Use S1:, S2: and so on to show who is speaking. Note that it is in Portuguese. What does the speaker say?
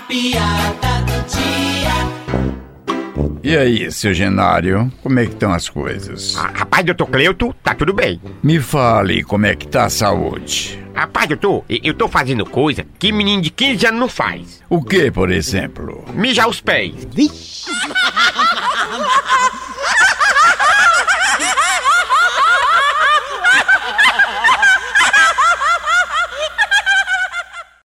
S1: piada do dia.
S2: E aí, seu Genário, como é que estão as coisas?
S3: Ah, Rapaz, doutor Cleuto, tá tudo bem.
S2: Me fale como é que tá a saúde.
S3: Rapaz, doutor, e- eu tô fazendo coisa que menino de 15 anos não faz.
S2: O que, por exemplo?
S3: Mijar os pés.